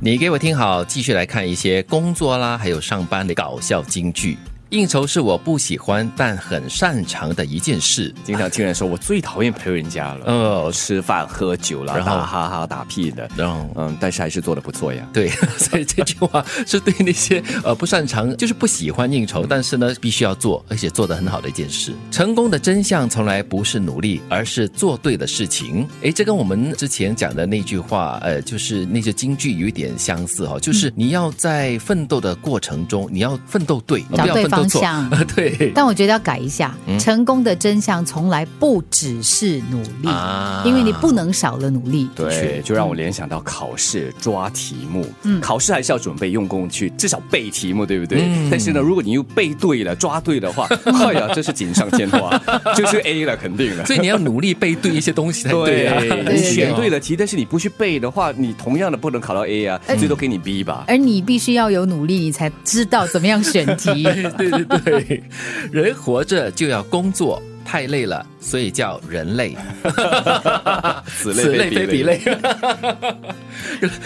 你给我听好，继续来看一些工作啦，还有上班的搞笑金句。应酬是我不喜欢但很擅长的一件事。经常听人说，我最讨厌陪人家了，哦，吃饭喝酒啦，然后打哈哈打屁的，然后嗯，但是还是做的不错呀。对， 所以这句话是对那些呃不擅长，就是不喜欢应酬，但是呢必须要做，而且做得很好的一件事。成功的真相从来不是努力，而是做对的事情。诶，这跟我们之前讲的那句话，呃，就是那些金句有一点相似哈、哦，嗯就是你要在奋斗的过程中，你要奋斗对，找不要奋对斗方错。向 对但我觉得要改一下，嗯成功的真相从来不只是努力，啊因为你不能少了努力。对，就让嗯我联想到考试抓题目，嗯考试还是要准备用功去，至少背题目，对不对？嗯但是呢，如果你又背对了、抓对 的话，哎呀，这是锦上添花，就是 A 了，肯定了。啊所以你要努力背对一些东西才 对啊。对，你对选对了题，但是你不去背的话，你同样的不能考到 A 啊，哎最多给你 B 吧。而你必须要有努力，你才知道怎么样选题。 对对对， 人活着就要工作，太累了，所以叫人类。此此类类非非彼彼类类。，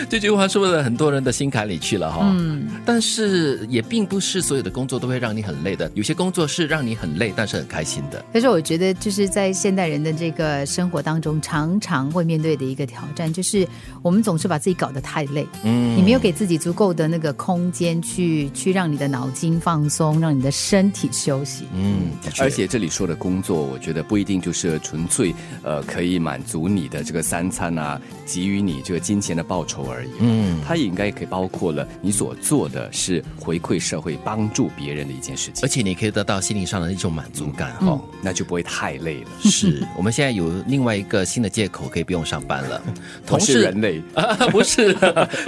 这句话说到很多人的心坎里去了哈、嗯，但是也并不是所有的工作都会让你很累的，有些工作是让你很累，但是很开心的。可是我觉得，就是在现代人的这个生活当中，常常会面对的一个挑战，就是我们总是把自己搞得太累，嗯你没有给自己足够的那个空间去去让你的脑筋放松，让你的身体休息。嗯，的确而且这里说的工作，我觉得不一定就是纯粹呃可以满足你的这个三餐啊，给予你这个金钱的报酬而已。嗯它也应该可以包括了你所做的是回馈社会、帮助别人的一件事情。而且你可以得到心灵上的一种满足感哈、哦，那就不会太累了。是我们现在有另外一个新的借口，可以不用上班了。 我 同是事人类，啊， 不是，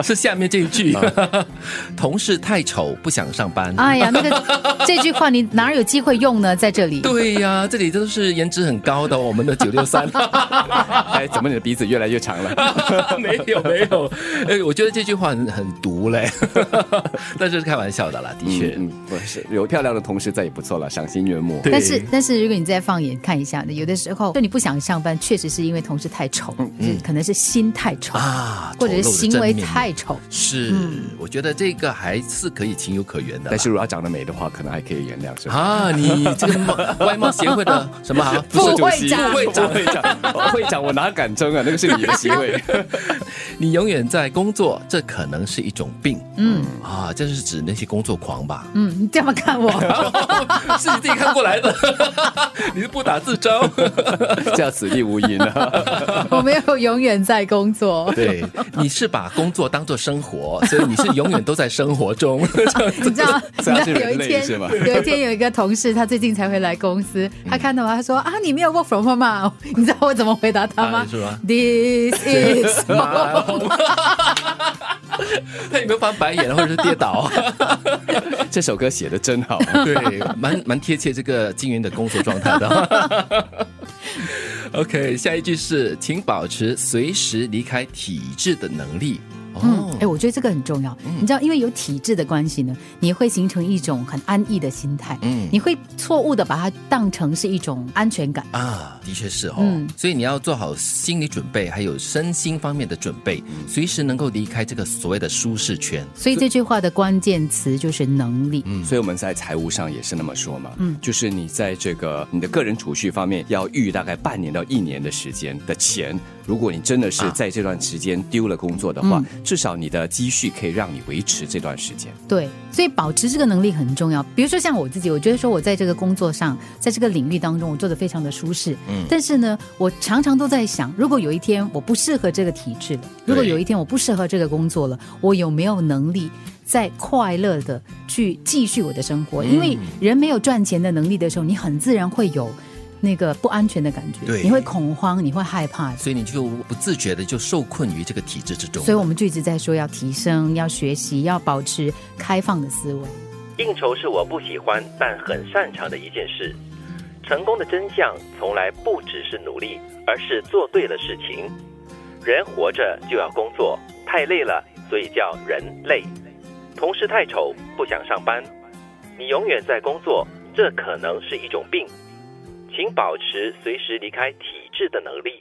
是下面这一句，啊同事太丑，不想上班。哎呀，那个这句话你哪有机会用呢？在 这里，对呀、这里都是颜值很高的哦我们的九六 三。哎，怎么你的鼻子越来越长了？ 没有没有，哎，我觉得这句话很很毒嘞， 但是是开玩笑的啦，的确，嗯，不是有漂亮的同事在也不错了，赏心悦目。对但是但是如果你再放眼看一下，有的时候就你不想上班，确实是因为同事太丑，就是可能是心太丑，嗯啊，或者是丑陋的行正为面太嗯丑。是，我觉得这个还是可以情有可原的啦。但是如果要长得美的话，可能还可以原谅，是吧？啊，你这个貌外貌协会的什么啊？ 不是副会主席长副会长，会长，会长，我哪敢争啊？那个是你的席 位。你永远在工作，这可能是一种病嗯啊，这是指那些工作狂吧？嗯，你这么看我， 是你自己看过来的， 你是不打自招。这样此地无银啊！我没有永远在哦工 作。对，你是把工作当做生活，所以你是永远都在生活中。你知道，你知所以他道是有一人类天是吗，有一天有一个同事，他最近才会来公司，嗯他看到我，他说啊，你没有 work from home 吗？你知道我怎么回答他啊吗？是吗 This is 他有没有翻白眼或者是跌倒？这首歌写的真好。 啊对，蛮蛮贴切这个金云的工作状态的。OK，下一句是，请保持随时离开体制的能力。嗯，哦哎、，我觉得这个很重要。你知道，因为有体制的关系呢，你会形成一种很安逸的心态，嗯你会错误的把它当成是一种安全感。啊，的确是哦。嗯所以你要做好心理准备，还有身心方面的准备，嗯随时能够离开这个所谓的舒适圈。所以这句话的关键词就是能力。所以我们在财务上也是那么说嘛，嗯，就是你在这个嗯你的个人储蓄方面要预大概半年到一年的时间的钱，如果你真的是在这段时间丢了工作的话，至少你的积蓄可以让你维持这段时间。对，所以保持这个能力很重要。比如说像我自己，我觉得说我在这个工作上，在这个领域当中，我做的非常的舒适。嗯，但是呢，我常常都在想，如果有一天我不适合这个体制了，如果有一天我不适合这个工作了，我有没有能力？再快乐的去继续我的生活，因为人没有赚钱的能力的时候，你很自然会有那个不安全的感觉，对你会恐慌，你会害怕的。所以你就不自觉的就受困于这个体制之中。所以我们就一直在说要提升，要学习，要保持开放的思维。应酬是我不喜欢但很擅长的一件事。成功的真相从来不只是努力，而是做对的事情。人活着就要工作，太累了，所以叫人累。同事太丑，不想上班。你永远在工作，这可能是一种病。请保持随时离开体制的能力。